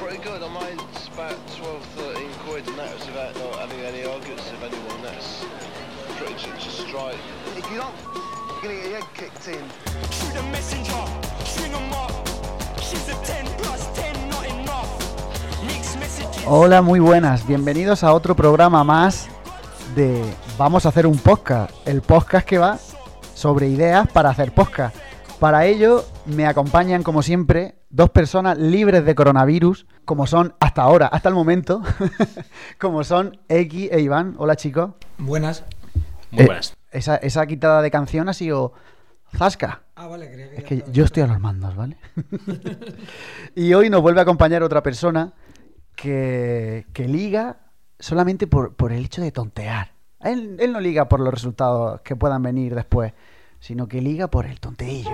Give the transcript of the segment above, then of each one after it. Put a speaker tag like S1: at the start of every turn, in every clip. S1: pretty good. On mine's about 12, 13 quid, and that's without not having any arguments with anyone. That's pretty much a strike.
S2: If you don't, you're gonna get your head kicked in.
S3: Shoot the messenger, string 'em up. She's a 10 plus 10, not enough. Mixed messages.
S4: Hola, muy buenas. Bienvenidos a otro programa más de Vamos a hacer un podcast. El podcast que va sobre ideas para hacer podcast. Para ello me acompañan, como siempre, dos personas libres de coronavirus, como son hasta ahora, hasta el momento, como son X e Iván. Hola, chicos.
S5: Buenas.
S6: Muy
S4: Eh,
S6: buenas.
S4: Esa, esa quitada de canción ha sido zasca.
S5: Ah, vale, creía que
S4: Es
S5: ya
S4: que
S5: estaba.
S4: yo estoy a los mandos, ¿vale? y hoy nos vuelve a acompañar otra persona que, que liga solamente por, por el hecho de tontear. Él, él no liga por los resultados que puedan venir después, sino que liga por el tonteillo.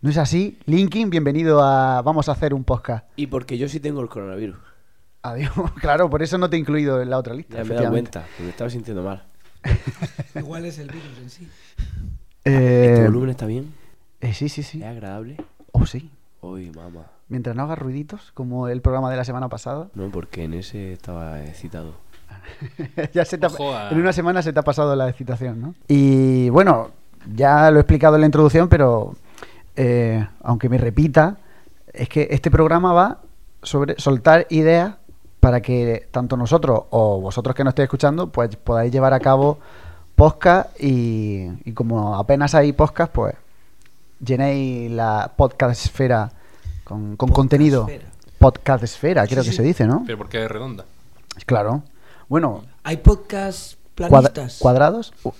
S4: ¿No es así? Linkin, bienvenido a Vamos a hacer un podcast.
S7: Y porque yo sí tengo el coronavirus.
S4: Adiós. Claro, por eso no te he incluido en la otra lista.
S7: Ya me he dado
S4: efectivamente.
S7: cuenta, que me estaba sintiendo mal.
S5: Igual es el virus en sí.
S4: Eh,
S7: ¿Tu ¿Este volumen está bien?
S4: eh, sí, sí, sí.
S7: ¿Es agradable?
S4: Oh, sí.
S7: Uy, mamá.
S4: Mientras no haga ruiditos, como el programa de la semana pasada,
S7: No, porque en ese estaba excitado.
S4: ya se te ha-
S6: Ojo a-
S4: en una semana se te ha pasado la excitación, ¿no? Y bueno, ya lo he explicado en la introducción, pero eh, aunque me repita, es que este programa va sobre soltar ideas para que tanto nosotros o vosotros que nos estéis escuchando, pues podáis llevar a cabo podcast y, y como apenas hay podcast, pues llenéis la podcast esfera con, con contenido. Podcast esfera, creo
S5: Sí,
S4: que
S5: sí.
S4: se dice, ¿no?
S6: Pero porque es redonda.
S4: Claro. Bueno,
S5: Hay podcasts
S4: Cuadra-
S5: planistas.
S4: ¿Cuadrados? Uh,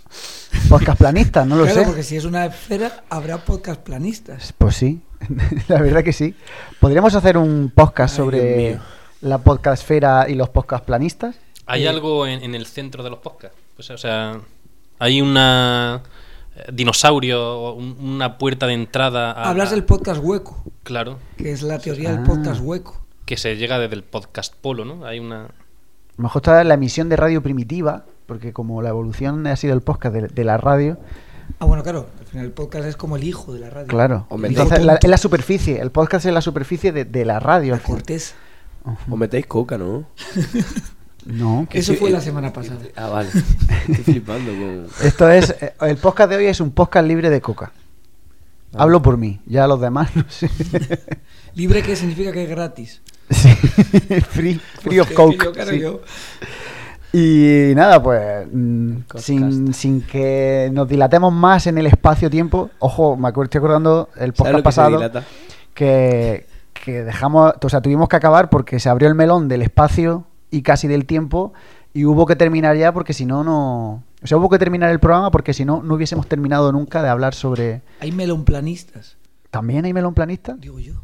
S4: Podcast planistas, no lo
S5: claro,
S4: sé.
S5: porque si es una esfera, habrá podcast planistas.
S4: Pues sí, la verdad que sí. ¿Podríamos hacer un podcast
S7: Ay, Dios
S4: sobre
S7: mío.
S4: la podcastfera y los podcast planistas?
S6: Hay algo en, en el centro de los podcasts. Pues, o sea, hay una eh, dinosaurio, o un- una puerta de entrada a...
S5: Hablas del podcast hueco,
S6: Claro,
S5: que es la teoría
S4: Ah.
S5: del podcast hueco.
S6: que se llega desde el podcast polo, ¿no? Hay una...
S4: A lo mejor está la emisión de radio primitiva, porque como la evolución ha sido el podcast de, de la radio,
S5: Ah, bueno, claro, al final el podcast es como el hijo de la radio.
S4: claro.
S7: O me-
S4: Entonces
S5: Hijo
S4: la-
S5: tonto.
S4: es la superficie, el podcast es la superficie de, de la radio.
S5: La corteza.
S7: ¿O metéis coca, no?
S4: No.
S5: Eso
S7: Sí,
S5: fue
S7: eh,
S5: la semana pasada.
S7: Ah, vale. Estoy flipando con...
S4: Esto es, eh, el podcast de hoy es un podcast libre de coca. Hablo por mí, ya los demás no sé.
S5: Libre que significa que es gratis.
S4: Sí, free,
S7: Pues
S4: free of
S5: Porque
S4: coke.
S5: yo, claro,
S4: sí.
S5: yo-
S4: Y nada, pues mm,
S7: podcast.
S4: sin, sin que nos dilatemos más en el espacio-tiempo, ojo, me acuerdo, estoy acordando el
S7: ¿Sabes lo
S4: podcast
S7: que se
S4: pasado
S7: dilata?
S4: que, que dejamos, o sea, tuvimos que acabar porque se abrió el melón del espacio y casi del tiempo y hubo que terminar ya porque si no, no... O sea, hubo que terminar el programa porque si no, no hubiésemos terminado nunca de hablar sobre...
S5: Hay melonplanistas,
S4: ¿También hay melón planista?
S5: digo yo.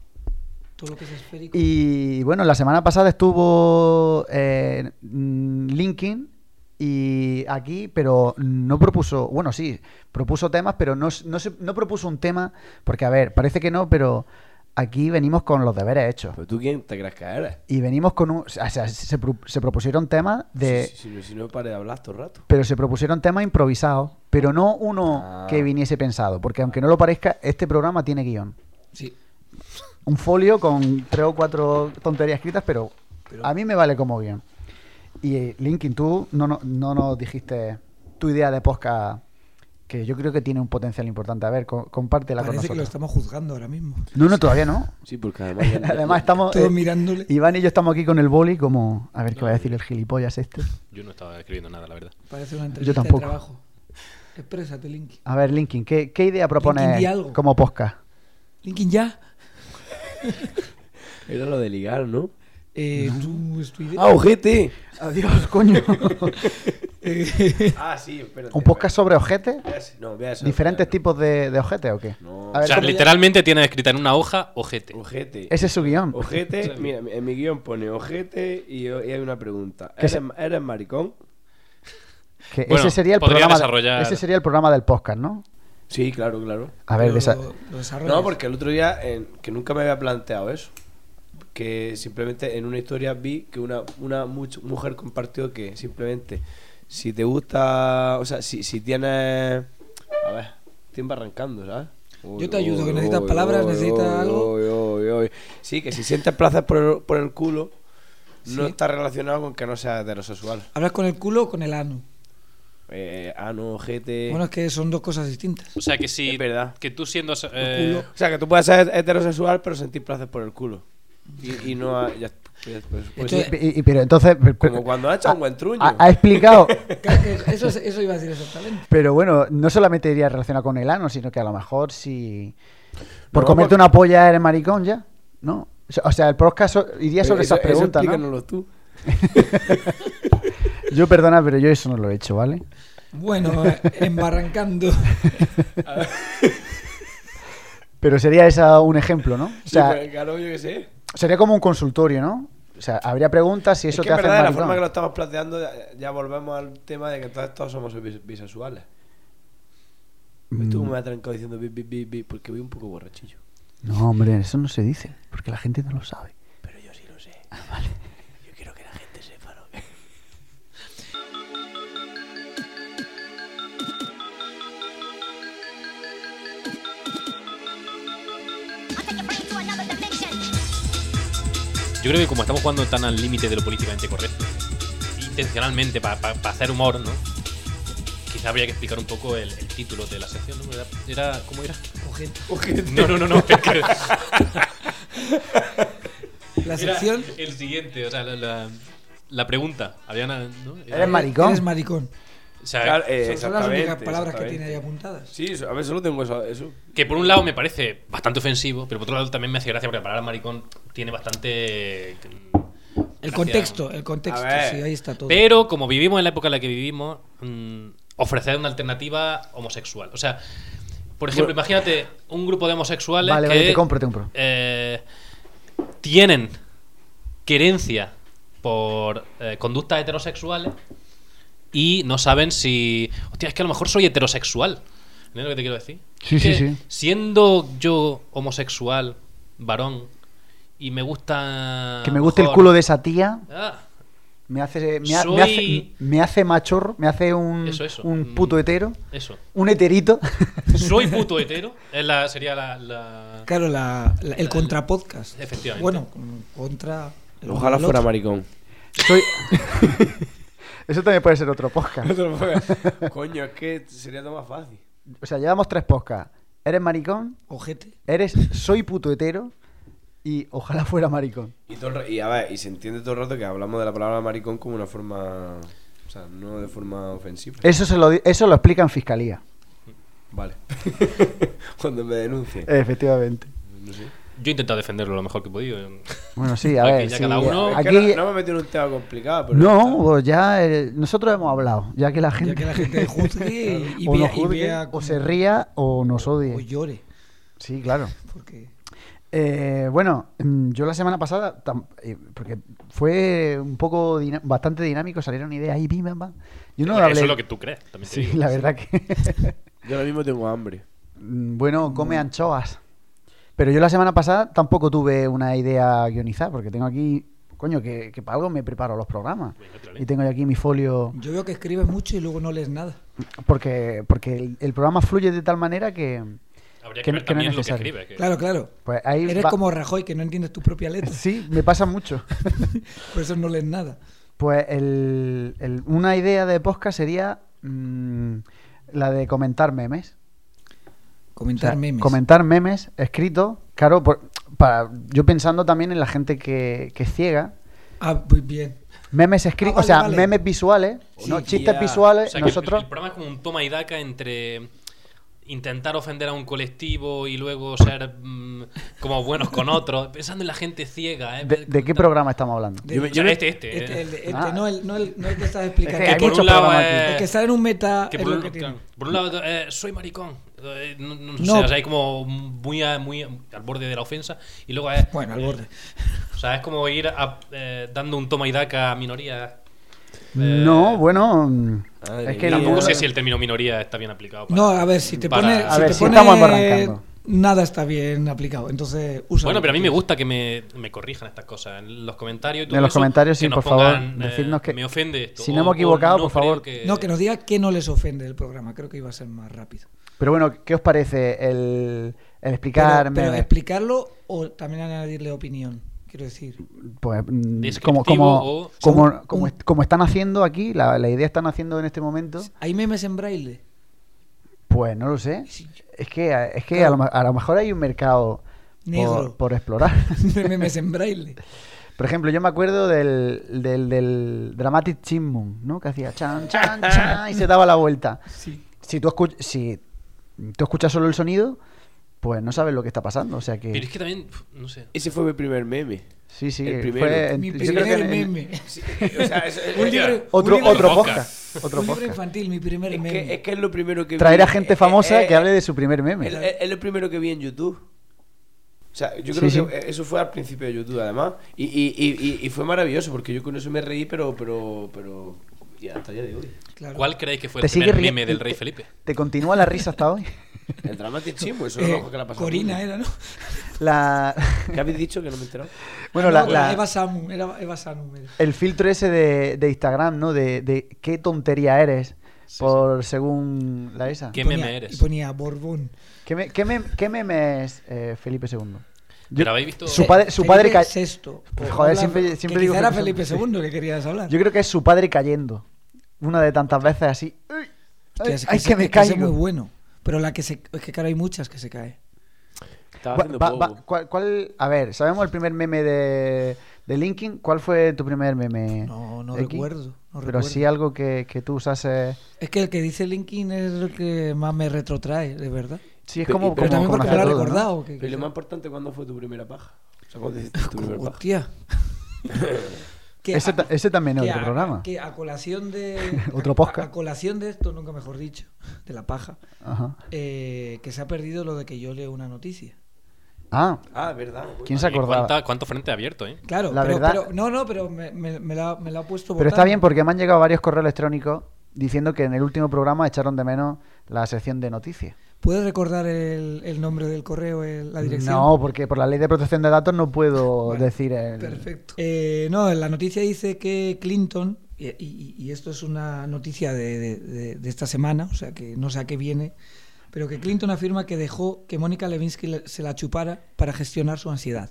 S5: Todo lo que es esférico.
S4: Y bueno, la semana pasada estuvo eh, mm, Linkin y aquí, pero no propuso, bueno, sí, propuso temas, pero no, s- no, se- no propuso un tema, porque a ver, parece que no, pero aquí venimos con los deberes hechos.
S7: ¿Pero Pues tú quién te crees que eres?
S4: Y venimos con un, o sea, se, pro- se propusieron temas de...
S7: Si, si- si no- si no pare de hablar todo el rato.
S4: Pero se propusieron temas improvisados, pero no uno
S7: Ah.
S4: que viniese pensado, porque aunque no lo parezca, este programa tiene guión.
S5: Sí.
S4: un folio con tres o cuatro tonterías escritas, pero a mí me vale como bien. Y eh, Linkin, tú no, no, no nos dijiste tu idea de posca, que yo creo que tiene un potencial importante. A ver, co- compártela
S5: Parece que
S4: con
S5: lo
S4: nosotros.
S5: estamos juzgando ahora mismo.
S4: No, no, todavía no.
S7: Sí, porque además... ya-
S4: Además estamos...
S5: Todos
S4: eh,
S5: mirándole.
S4: Iván y yo estamos aquí con el boli como... A ver, ¿qué va a decir el gilipollas este?
S6: Yo no estaba escribiendo nada, la verdad.
S5: Parece una entrevista
S4: tampoco.
S5: de trabajo. Exprésate, Linkin.
S4: A ver, Linkin, ¿qué, qué idea propones
S5: Linkin, di algo.
S4: como posca?
S5: Linkin, ya.
S7: Era lo de ligar, ¿no?
S5: Eh, Tú, es tu idea.
S7: ¡Ah, ojete!
S4: Adiós, coño.
S5: Eh,
S7: Ah, sí, espérate.
S4: ¿Un podcast sobre ojetes?
S7: Voy a hacer- No, voy a hacer-
S4: ¿Diferentes tipos de, de ojetes o qué?
S7: No.
S4: A
S6: O
S4: ver,
S6: sea,
S4: ¿cómo-
S6: literalmente tiene escrita en una hoja ojete.
S7: Ojete.
S4: ese es su guión.
S7: Ojete, mira, en mi guión pone ojete y, y hay una pregunta.
S4: ¿Qué se-
S7: ¿Eres, eres maricón?
S4: Que
S6: Bueno,
S4: ese sería el
S6: podría
S4: programa.
S6: desarrollar-
S4: Ese sería el programa del podcast, ¿no?
S7: Sí, claro, claro.
S4: A ver,
S5: lo-
S4: desa-
S5: lo, lo desarrollas.
S7: No, porque el otro día, en- que nunca me había planteado eso, que simplemente en una historia vi que una, una much- mujer compartió que simplemente si te gusta, o sea, si, si tienes... A ver, estoy embarrancando, ¿sabes?
S5: Yo te ayudo, que necesitas palabras, necesitas algo.
S7: uy, uy, uy. Sí, que si sientes placer por el, por el culo, no
S5: Sí.
S7: está relacionado con que no sea heterosexual.
S5: ¿Hablas con el culo o con el ano?
S7: Eh, ano, ojete.
S5: Bueno, es que son dos cosas distintas.
S6: O sea, que si.
S7: Es verdad.
S6: Que tú siendo. eh,
S7: O sea, que tú puedes ser heterosexual, pero sentir placer por el culo. Y, y no. ha- Ya, pues, pues, pues,
S5: Esto
S7: sí.
S5: es-
S4: Y, y- pero entonces. pero-
S7: como cuando ha hecho un buen truño.
S4: ha, ha explicado.
S5: Claro que eh, Eso, es- eso iba a decir exactamente.
S4: pero bueno, no solamente iría relacionado con el ano, sino que a lo mejor si. Por
S7: No,
S4: comerte
S7: porque-
S4: una polla eres maricón ya, ¿no? O sea- O sea, el podcast so- iría sobre
S7: Eso-
S4: esas
S7: eso
S4: preguntas, ¿no?
S7: explícanoslo tú.
S4: Yo perdona, pero yo eso no lo he hecho, ¿vale?
S5: Bueno, eh, embarrancando.
S4: Pero sería esa un ejemplo, ¿no? O
S7: Sí,
S4: sea,
S7: pero claro, yo qué sé.
S4: sería como un consultorio, ¿no? O sea, habría preguntas si eso
S7: es que
S4: te
S7: en
S4: hace
S7: verdad, de la
S4: maricón.
S7: forma que lo estamos planteando, ya, ya volvemos al tema de que entonces todos somos bis- bisexuales. Pues
S4: Mm.
S7: Tú me has trancado diciendo bi, bi, bi, bi, porque voy un poco borrachillo.
S4: No, hombre, eso no se dice, porque la gente no lo sabe. Ah,
S7: Pero yo sí lo sé. Yo quiero que la gente sepa lo que.
S6: Yo creo que como estamos jugando tan al límite de lo políticamente correcto, intencionalmente para hacer humor, ¿no? Quizá habría que explicar un poco el, el título de la sección, ¿no? Era, era- ¿Cómo era?
S5: Ojete.
S6: No, no, no, no. es que
S5: La
S6: era
S5: sección.
S7: eh,
S6: el siguiente, o sea, la, la- la pregunta. Había una, ¿no? Era-
S4: Eres maricón.
S5: Eres maricón.
S6: o sea,
S7: Claro, eh,
S5: Son- Son las
S7: exactamente,
S5: únicas palabras que
S7: exactamente.
S5: tiene ahí apuntadas.
S7: Sí, eso- a ver, solo tengo eso. eso.
S6: que por un lado me parece bastante ofensivo, pero por otro lado también me hace gracia porque la palabra maricón tiene bastante... mm,
S5: El
S6: gracia.
S5: contexto, el contexto.
S7: A ver.
S5: Sí, ahí está todo.
S6: Pero como vivimos en la época en la que vivimos, mm, ofrecer una alternativa homosexual. O sea, por ejemplo,
S7: Bueno.
S6: imagínate un grupo de homosexuales
S4: Vale,
S6: que
S4: vale, te compro, te compro.
S6: eh, tienen querencia por eh, conductas heterosexuales y no saben si. Hostia, es que a lo mejor soy heterosexual. ¿Entiendes lo que te quiero decir?
S4: Sí,
S6: Es
S4: sí,
S6: que
S4: sí.
S6: Siendo yo homosexual, varón, y me gusta.
S4: Que me guste el culo de esa tía,
S6: Ah,
S4: me hace, me, ha-
S6: Soy-
S4: me hace, me hace machorro, me hace un,
S6: Eso, eso.
S4: un
S6: Mm.
S4: puto hetero,
S6: eso.
S4: un heterito.
S6: Soy puto hetero. Es la, sería la. la-
S5: Claro, la, la- el contrapodcast.
S6: Efectivamente.
S5: Bueno, contra. el uno
S7: Ojalá
S5: del
S7: fuera
S5: otro.
S7: maricón.
S4: Soy... eso también puede ser otro podcast.
S7: Coño, es que sería todo más fácil.
S4: O sea, llevamos tres podcasts. Eres maricón,
S5: Ojete.
S4: eres soy puto hetero y ojalá fuera maricón.
S7: Y, todo el ra- y a ver, y se entiende todo el rato que hablamos de la palabra maricón como una forma. O sea, no de forma ofensiva.
S4: Eso, se lo, di- eso lo explica en fiscalía.
S7: Vale. Cuando me denuncien.
S4: Eh, Efectivamente.
S7: No sé.
S6: Yo he intentado defenderlo lo mejor que he podido.
S4: Bueno, sí, a
S6: Aquí
S4: ver.
S6: ya
S4: sí,
S6: cada uno-
S7: Es que
S4: aquí-
S7: no, no me he metido en un tema complicado. Pero
S4: No, pues ya eh, nosotros hemos hablado, ya que la gente,
S5: Ya que la gente juzgue y, y
S4: o
S5: vea,
S4: nos
S5: y
S4: juzgue,
S5: vea
S4: o
S5: como-
S4: se ría o nos
S5: O
S4: odie.
S5: llore.
S4: Sí, claro.
S5: Porque.
S4: Eh, bueno, mm, yo la semana pasada, tam- eh, porque fue un poco dina- bastante dinámico, salieron ideas y bim, bam, bam. Yo no
S6: Eso
S4: hablé.
S6: es lo que tú crees. También te
S4: Sí,
S6: digo.
S4: la verdad que.
S7: Yo ahora mismo tengo hambre.
S4: Mm, bueno, come anchoas. Pero yo la semana pasada tampoco tuve una idea guionizada, porque tengo aquí. Coño, que, que para algo me preparo los programas.
S6: Venga, otra vez.
S4: Y tengo yo aquí mi folio.
S5: Yo veo que escribes mucho y luego no lees nada.
S4: Porque, porque el, el programa fluye de tal manera que.
S6: Habría
S4: que- que
S6: que, ver
S4: no es
S6: también lo que
S4: necesario.
S6: escribe. que-
S5: Claro, claro.
S4: Pues ahí
S5: Eres
S4: va-
S5: como Rajoy, que no entiendes tu propia letra.
S4: Sí, me pasa mucho.
S5: Por eso no lees nada.
S4: Pues el, el- una idea de podcast sería mm, la de comentar memes. O sea,
S5: Comentar memes.
S4: Comentar memes escritos. Claro, por- para, yo pensando también en la gente que, que es ciega.
S5: Ah, muy bien.
S4: Memes escritos,
S5: Ah, vale,
S4: o sea,
S5: vale.
S4: memes visuales,
S7: Sí,
S4: no chistes
S7: ya.
S6: O
S4: visuales.
S6: sea, que
S4: nosotros.
S6: el, el programa es como un toma y daca entre intentar ofender a un colectivo y luego ser mm, como buenos con otros. Pensando en la gente ciega. ¿eh?
S4: de, de qué programa estamos hablando?
S5: De-
S6: Yo me- yo me- este, este, eh.
S5: el, de- este,
S4: Ah.
S5: no, el, no, el, no el que estás
S4: Es
S5: explicando.
S4: que hay
S5: El que-
S6: por
S4: muchos
S6: un lado
S4: programas
S6: es-
S4: aquí.
S5: el que sale en un meta.
S6: Que
S5: es
S6: por,
S5: lo
S6: un,
S5: que tiene.
S6: claro. Por un lado, eh, soy maricón. Eh, no, no sé,
S5: No.
S6: o sea, hay como muy, a- muy al borde de la ofensa. Y luego es.
S5: Bueno, al
S6: eh,
S5: borde.
S6: O sea, es como ir a- eh, dando un toma y daca a minorías.
S4: No, bueno. mm,
S7: Madre
S4: es que
S7: mía.
S6: Eh, Tampoco
S4: el-
S6: sé si el término minoría está bien aplicado. para-
S5: No, a ver, si te
S6: para-
S5: pone.
S4: A
S5: si
S4: ver,
S5: te
S4: si
S5: pone-
S4: estamos abarcando.
S5: Nada está bien aplicado. Entonces, usa.
S6: Bueno, pero a mí me gusta que me, me corrijan estas cosas. En los comentarios y todo
S4: En los
S6: eso,
S4: comentarios,
S6: que
S4: sí,
S6: nos
S4: por favor,
S6: pongan, eh,
S4: decidnos que-
S6: Me ofende esto,
S4: si
S6: o-
S4: no hemos
S6: o
S4: equivocado,
S6: no
S4: por
S6: creo
S4: favor.
S5: No, que nos diga que no les ofende el programa. Creo que iba a ser más rápido.
S4: Pero bueno, ¿qué os parece el, el
S5: Pero,
S4: explicar
S5: pero
S4: memes?
S5: explicarlo o también añadirle opinión. Quiero decir,
S4: Pues mm, como,
S6: Descriptivo
S4: como,
S6: o-
S4: como,
S5: Son
S4: como,
S5: un-
S4: como están haciendo aquí, la, la idea están haciendo en este momento,
S5: ¿hay memes en braille?
S4: pues no lo sé.
S5: Sí.
S4: Es que, es que a, lo, ma- a lo mejor hay un mercado por,
S5: Negro.
S4: por explorar.
S5: de memes en braille.
S4: Por ejemplo, yo me acuerdo del, del, del Dramatic Chin Moon, ¿no? Que hacía chan, chan, chan y se daba la vuelta.
S5: Sí.
S4: Si tú, escu- si tú escuchas solo el sonido, pues no sabes lo que está pasando. O sea que.
S6: Pero es que también, pf, no sé.
S7: Ese fue mi primer meme.
S4: Sí, sí.
S7: El primero.
S4: fue en-
S5: Mi
S4: yo creo que
S5: primer
S4: en- en-
S5: meme.
S7: O sea, es- es-
S5: Un
S7: es-
S5: libro-
S4: Otro,
S5: un libro-
S4: otro
S6: podcast.
S4: podcast. Otro
S5: un libro
S4: podcast.
S5: infantil, mi primer
S7: es,
S5: meme.
S7: que, es que es lo primero que vi.
S4: Traer a gente
S7: Eh,
S4: famosa
S7: eh,
S4: que hable de su primer meme.
S7: Es, es- es lo primero que vi en YouTube. O sea, yo
S4: Sí,
S7: creo
S4: sí.
S7: que e, eso fue al principio de YouTube, además. Y, y- y- y- y fue maravilloso, porque yo con eso me reí, pero. pero, pero y hasta el día de hoy.
S5: Claro.
S6: ¿Cuál creéis que fue
S4: Te
S6: el primer
S4: sigue ri-
S6: meme del rey Felipe?
S4: Te continúa la risa hasta hoy.
S7: El dramatismo, eso
S5: Eh,
S7: es lo mejor que le ha pasado.
S5: Corina era, ¿no?
S4: La...
S7: ¿Qué habéis dicho que no me he enterado?
S4: Bueno,
S5: Ah,
S4: la,
S5: no,
S4: la-
S5: Eva Samu, era Eva Samu. era.
S4: el filtro ese de, de Instagram, ¿no? De, de qué tontería eres. Por según la esa.
S6: ¿Qué
S5: Y
S6: meme
S5: ponía-
S6: eres?
S5: Y ponía Borbón.
S4: ¿Qué, me- qué mem- qué meme es eh, Felipe II?
S6: ¿Pero habéis visto?
S4: su padre- su padre
S5: Felipe
S4: ca-
S5: Sexto.
S4: Joder,
S5: Habla-
S4: siempre-
S5: que
S4: siempre
S5: quizá
S4: digo
S5: era
S4: Felipe
S5: Felipe
S4: segundo,
S5: II que querías hablar.
S4: Yo creo que es su padre cayendo. Una de tantas veces así. ¡Uy!
S5: Hostia,
S4: ¡Ay,
S5: es
S4: ay,
S5: ese-
S4: que me
S5: es ese es
S4: caigo!
S5: muy bueno. Pero la que se. Es que claro, hay muchas que se cae.
S7: Estaba
S4: Va-
S7: haciendo
S4: va-
S7: poco.
S4: va- ¿cuál, cuál- a ver, sabemos el primer meme de, de Linkin. ¿Cuál fue tu primer meme?
S5: No, no
S4: Eki?
S5: recuerdo.
S4: Pero
S5: no recuerdo.
S4: sí algo que, que tú usases.
S5: Es que el que dice Linkin es el que más me retrotrae, de verdad.
S4: Sí, es
S7: Pe-
S4: como.
S7: y-
S5: Pero
S4: como
S5: también porque me lo ha
S4: conocer todo, ¿no?
S5: recordado. que-
S7: Pero lo más importante, ¿cuándo fue tu primera paja? O sea, ¿cuándo hiciste tu primera paja?
S5: Hostia. Que
S4: Ese,
S5: a-
S4: ta- ese también es
S5: que
S4: otro
S5: a-
S4: programa.
S5: Que a colación de.
S4: Otro
S5: a-
S4: podcast.
S5: A, colación de esto, nunca mejor dicho, de la paja,
S4: Ajá.
S5: eh, que se ha perdido lo de que yo leo una noticia.
S4: Ah,
S7: Ah, verdad. Uy.
S4: ¿quién se
S6: Oye,
S4: acordaba?
S6: eh, ¿cuánta- ¿Cuánto frente abierto, eh?
S5: Claro,
S4: La
S5: pero,
S4: verdad-
S5: pero- No, no, pero me, me- me la, me la ha puesto.
S4: Pero está
S5: votando.
S4: bien porque me han llegado varios correos electrónicos diciendo que en el último programa echaron de menos la sección de noticias.
S5: ¿Puedes recordar el, el nombre del correo, el- la dirección?
S4: No, porque por la ley de protección de datos no puedo
S5: Vale,
S4: decir el.
S5: Perfecto. Eh, no, la noticia dice que Clinton, y, y- y esto es una noticia de, de- de- de esta semana, o sea que no sé a qué viene, pero que Clinton afirma que dejó que Mónica Levinsky le- se la chupara para gestionar su ansiedad.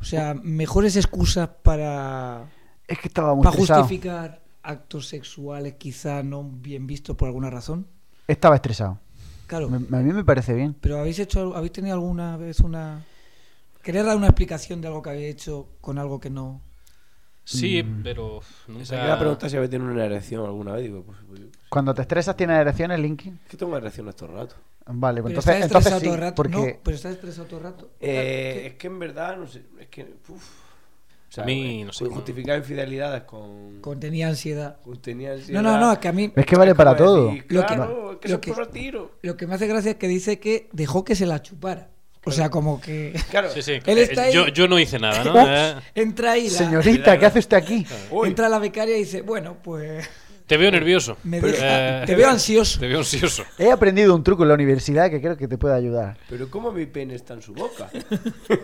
S5: O sea, mejores excusas para,
S4: Es que estaba muy
S5: para
S4: estresado.
S5: justificar actos sexuales quizá no bien vistos por alguna razón.
S4: Estaba estresado.
S5: Claro,
S4: Me- a mí me parece bien.
S5: pero habéis hecho, habéis tenido alguna vez una... ¿Queréis dar una explicación de algo que habéis hecho con algo que no...
S6: Sí,
S4: Mm.
S6: pero nunca...
S7: Esa era la pregunta si habéis tenido una erección alguna vez. Digo, pues, pues,
S4: Cuando te estresas tienes erecciones, Linkin.
S7: es que tengo erecciones todo el rato.
S4: Vale,
S5: Pero
S4: pues
S5: estás
S4: entonces, entonces
S5: estresado
S4: sí,
S5: todo el rato.
S4: porque
S5: No, pero estás estresado todo el rato.
S7: Eh, es que en verdad, no sé, es que. Uf. O
S6: A mí, no sé,
S7: ju-
S6: no.
S7: Justificar infidelidades con.
S5: Con- tenía ansiedad.
S7: con tenía
S5: No,
S7: ansiedad.
S5: no, no, es que a mí
S4: es que vale
S7: Es
S4: para
S7: como
S4: todo.
S7: decir,
S5: Lo que-
S7: claro, es que
S5: lo
S7: eso es
S5: que-
S7: puro tiro.
S5: lo que me hace gracia es que dice que dejó que se la chupara. O sea, como que
S7: Claro.
S6: Sí, sí.
S5: Él está
S6: Eh, yo,
S5: ahí.
S6: yo no hice nada, ¿no?
S4: Ups.
S6: Eh,
S5: entra ahí la,
S4: Señorita, ¿qué hace usted aquí?
S7: Uy,
S5: entra la becaria y dice, bueno, pues
S6: Te veo nervioso.
S5: me
S6: Pero,
S5: deja-
S6: eh,
S5: te veo ansioso.
S6: Te veo ansioso.
S4: He aprendido un truco en la universidad que creo que te puede ayudar.
S7: pero ¿cómo mi pene está en su boca?
S6: Pues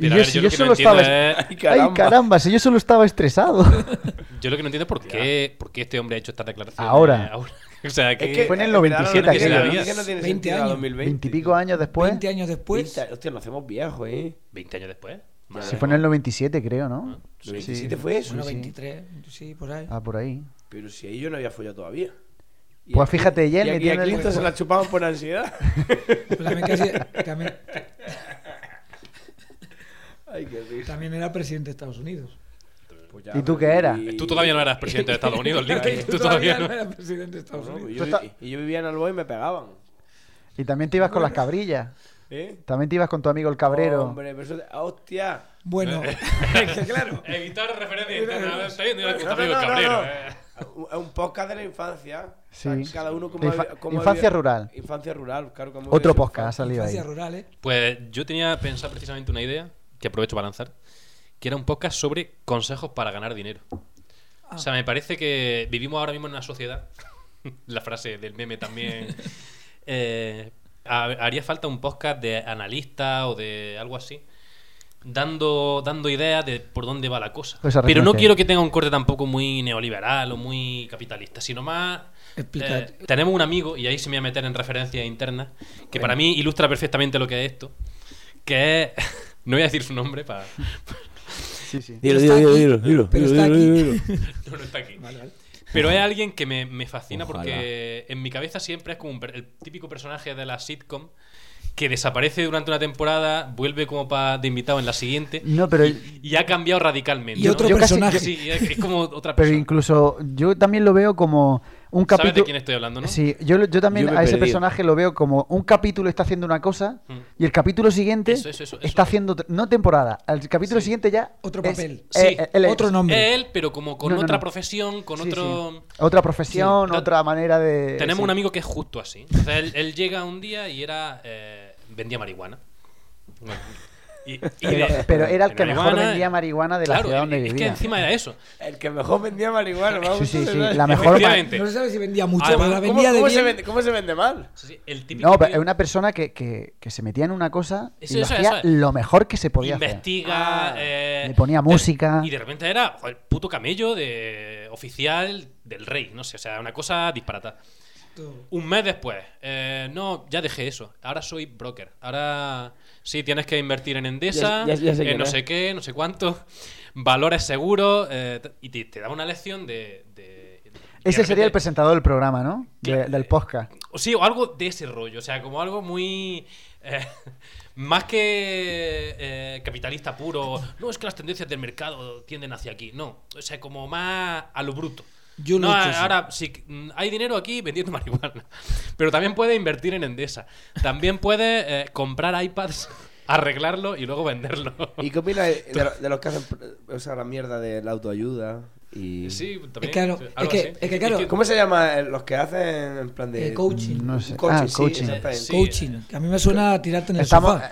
S6: Mira,
S4: Y
S6: a
S4: yo,
S6: ver,
S4: si
S6: yo
S4: yo
S6: lo que
S4: solo
S6: no entiendo
S4: estaba-
S6: es-
S7: Ay,
S4: Ay, caramba, si yo solo estaba estresado.
S6: Yo lo que no entiendo es por qué, por qué este hombre ha hecho esta declaración.
S4: Ahora.
S6: O sea, que,
S7: Es que
S4: Fue en el
S7: en verdad,
S4: 97
S7: la noticia-
S6: aquello.
S7: la noticia no tiene
S5: 20
S7: sentido a
S5: años.
S7: 2020.
S4: Veintipico años después.
S5: 20 años después,
S7: 20, hostia, nos hacemos viejos, ¿eh?
S6: 20 años después. Madre
S4: Se fue en el 97, creo,
S6: Ah,
S4: ¿no?
S7: Los 27 fue eso.
S5: bueno,
S4: sí.
S5: 23, sí, por ahí.
S4: Ah, por ahí.
S7: Pero si ahí yo no había follado todavía. Y
S4: Pues
S7: aquí-
S4: fíjate,
S7: Y
S4: Jenny
S7: aquí a
S4: tiene el-
S7: Clinton se la chupaban por ansiedad.
S5: La becaria también,
S7: Ay, qué risa.
S5: también era presidente de Estados Unidos.
S7: Pues ya,
S4: ¿Y tú
S7: pues,
S4: qué eras?
S6: mía. Tú todavía no eras presidente de Estados Unidos, Lincoln. Tú todavía no.
S5: era presidente de Estados
S7: No,
S5: Unidos.
S4: Tú
S7: pues yo,
S4: estás-
S7: y yo vivía en Alboa y me pegaban.
S4: Y también te ibas con las cabrillas.
S7: ¿Eh?
S4: También te ibas con tu amigo el cabrero.
S7: Hombre, pero eso... ah, ¡Hostia!
S5: Bueno,
S7: claro.
S6: Evitar referencias. Está bien,
S7: No, no, no, no,
S6: ¿eh?
S7: no. Un- Un podcast de la infancia.
S4: Sí.
S7: O sea, Cada uno como
S4: Infa- infancia rural.
S7: Infancia rural, claro. como
S4: Otro
S7: había su
S4: podcast ha
S7: infancia.
S4: salido ahí.
S5: infancia rural, ¿eh?
S6: Pues yo tenía pensado precisamente una idea que aprovecho para lanzar, que era un podcast sobre consejos para ganar dinero. O sea, me parece que vivimos ahora mismo en una sociedad, la frase del meme también, eh, ha- haría falta un podcast de analista o de algo así, dando, dando ideas de por dónde va la cosa.
S4: Esa
S6: Pero no
S4: referencia.
S6: quiero que tenga un corte tampoco muy neoliberal o muy capitalista, sino más...
S5: Explica-
S6: Eh, tenemos un amigo, y ahí se me voy a meter en referencias internas, que para mí ilustra perfectamente lo que es esto, que es... No voy a decir su nombre para...
S4: Sí, sí.
S7: Dilo,
S5: está
S7: dilo, dilo,
S5: aquí,
S7: dilo, dilo,
S5: pero
S7: dilo,
S5: está
S7: dilo,
S5: aquí.
S7: dilo, dilo.
S6: No, no está aquí.
S5: Vale, vale.
S6: Pero es alguien que me, me fascina
S7: Ojalá.
S6: porque en mi cabeza siempre es como un per- el típico personaje de la sitcom que desaparece durante una temporada, vuelve como pa- de invitado en la siguiente
S4: No, pero-
S6: y, y ha cambiado radicalmente.
S5: Y
S6: ¿no?
S5: otro
S4: Yo casi-
S5: personaje.
S6: Sí, es, es como otra
S4: Pero
S6: persona.
S4: incluso yo también lo veo como un
S6: ¿Sabes
S4: capítulo.
S6: de quién estoy hablando, no?
S4: Sí, yo, lo- yo también
S7: Yo me
S4: a ese
S7: perdí.
S4: personaje lo veo como un capítulo está haciendo una cosa
S6: Mm.
S4: y el capítulo siguiente
S6: Eso, eso, eso, eso.
S4: está haciendo ot- no temporada, al capítulo
S6: Sí.
S4: siguiente ya
S5: Otro
S4: es-
S5: papel.
S4: eh,
S6: Sí,
S4: eh, él es-
S5: otro nombre.
S6: Es él, pero como con
S4: No, no,
S6: otra
S4: no.
S6: profesión, con
S4: Sí, sí.
S6: otro...
S4: Otra profesión,
S6: Sí.
S4: otra manera de
S6: Tenemos
S4: sí.
S6: un amigo que es justo así. Entonces, él, él llega un día y era... eh, vendía marihuana. Bueno, y- y-
S4: Pero, pero era el que mejor
S6: marihuana-
S4: vendía marihuana de la
S6: Claro,
S4: ciudad donde
S6: es
S4: vivía.
S6: que encima era eso.
S7: El que mejor vendía marihuana, vamos.
S4: Sí, sí, sí,
S7: ¿verdad?
S4: la mejor ma-
S6: Efectivamente.
S5: No se sabe si vendía mucho,
S6: Además,
S5: pero la
S7: ¿Cómo,
S5: vendía de
S7: cómo se
S5: bien.
S7: vende, ¿Cómo se vende mal?
S6: Sí, sí, el típico
S4: No,
S6: que
S4: pero es una persona que, que- que se metía en una cosa y
S6: Eso,
S4: lo
S6: eso,
S4: hacía
S6: eso.
S4: lo mejor que se podía hacer. Ah,
S6: investiga, eh,
S4: Le ponía
S6: de-
S4: música.
S6: y de repente era joder, el puto camello de oficial del rey, no sé, o sea, una cosa disparata. Un mes después, eh, no, ya dejé eso. Ahora soy broker. Ahora sí, tienes que invertir en Endesa,
S7: Ya- ya- ya sé
S6: en
S7: quién
S6: no
S7: es.
S6: sé qué, no sé cuánto, valores seguros, eh, t- y te, te daba una lección de. de- de
S4: Ese sería el
S6: repente-
S4: presentador del programa, ¿no? De-
S6: Claro.
S4: del podcast.
S6: O sí, o algo de ese rollo, o sea, como algo muy... eh, más que eh, capitalista puro, no es que las tendencias del mercado tienden hacia aquí, no, o sea, como más a lo bruto.
S5: Yo no
S6: no,
S5: he hecho eso.
S6: ahora sí, mm, hay dinero aquí vendiendo marihuana, pero también puedes invertir en Endesa, también puedes eh, comprar iPads, arreglarlo y luego venderlo.
S7: ¿Y qué opinas de, de lo- de los que hacen pr- o sea, la mierda de la autoayuda? Y...
S6: Sí, también.
S5: claro,
S6: sí,
S5: es
S6: algo
S5: que-
S6: así.
S5: es que claro,
S7: ¿Cómo se llama eh, los que hacen en plan de
S5: Eh, coaching.
S4: No sé.
S7: Coaching,
S4: ah,
S7: sí,
S4: coaching.
S7: exactamente.
S6: Sí.
S5: Coaching. Que a mí me suena a tirarte en el
S4: Estamos,
S5: sofá.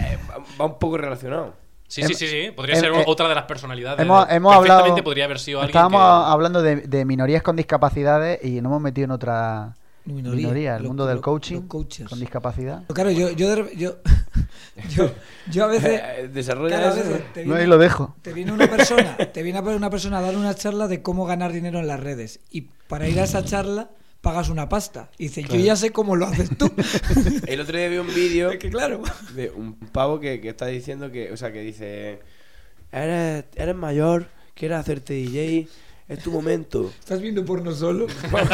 S7: Eh, va- Va un poco relacionado.
S6: Sí,
S4: Hem-
S6: sí, sí, sí, podría
S4: hem-
S5: em,
S6: ser
S4: eh,
S6: otra Ah, de las personalidades.
S4: hemos, hemos
S6: Perfectamente
S4: hablado.
S6: podría haber sido alguien
S4: estábamos
S6: que-
S4: hablando de, de minorías con discapacidades y nos hemos metido en otra minoría,
S5: Minoría,
S4: el
S5: lo-
S4: mundo del
S5: lo-
S4: coaching
S5: los coaches.
S4: con discapacidad.
S5: Claro, yo, yo, de rep- yo, yo, yo a veces.
S7: Eh, Desarrolla
S5: Claro, a
S7: eso.
S5: veces te
S4: No,
S5: viene-
S4: ahí lo dejo.
S5: Te viene una persona, te viene una persona a dar una charla de cómo ganar dinero en las redes. Y para ir a esa charla pagas una pasta. Y dice, yo ya sé cómo lo haces tú.
S7: El otro día vi un vídeo
S5: Es que claro.
S7: de un pavo que, que está diciendo que, o sea, que dice, eres, eres mayor, quieres hacerte DJ, es tu momento.
S5: ¿Estás viendo porno solo?
S7: pues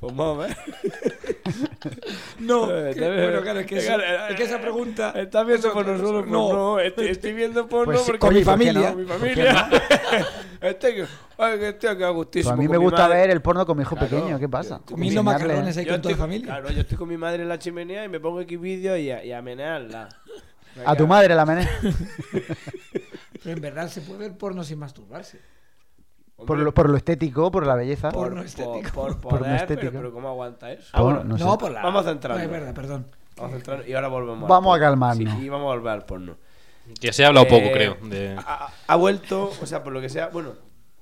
S7: pues más o menos.
S5: No.
S7: Eh,
S5: que-
S7: te-
S5: bueno, claro, es que, eso-
S7: claro,
S5: es que esa pregunta.
S7: ¿Estás viendo
S5: eso-
S7: porno solo? Pues
S5: No.
S7: No, estoy, estoy viendo porno
S4: Pues sí,
S7: porque
S4: con mi
S7: ¿por qué
S4: familia.
S7: no? mi familia. Estoy, que- ay, que estoy acá
S4: Pues
S7: gustísimo.
S4: a mí
S7: con
S4: me
S7: mi
S4: gusta
S7: madre.
S4: ver el porno con mi hijo
S7: Claro.
S4: pequeño, ¿qué pasa?
S5: Comiendo
S4: Enseñarle- ¿eh?
S5: macarrones ahí
S7: Yo
S5: con toda
S7: estoy,
S5: la familia.
S7: Claro, yo estoy con mi madre en la chimenea y me pongo aquí vídeos y a, y a menearla.
S4: A tu madre la menea.
S5: Pero en verdad se puede ver porno sin masturbarse.
S4: Por lo, por lo estético, por la belleza.
S5: Porno
S7: Por-
S5: estético.
S7: Por, por
S4: Porno
S7: poder,
S4: estético.
S7: Pero, pero ¿cómo aguanta eso?
S4: Ah, bueno, No
S5: No,
S4: sé.
S5: por la.
S7: Vamos a centrarnos.
S5: Es verdad, perdón.
S7: Vamos a entrar y ahora volvemos. al
S4: Vamos a
S7: porno.
S4: calmarnos.
S7: Sí, y vamos a volver al porno.
S6: Ya se ha hablado
S7: Eh,
S6: poco, creo. de-
S7: Ha, ha vuelto, o sea, por lo que sea, bueno,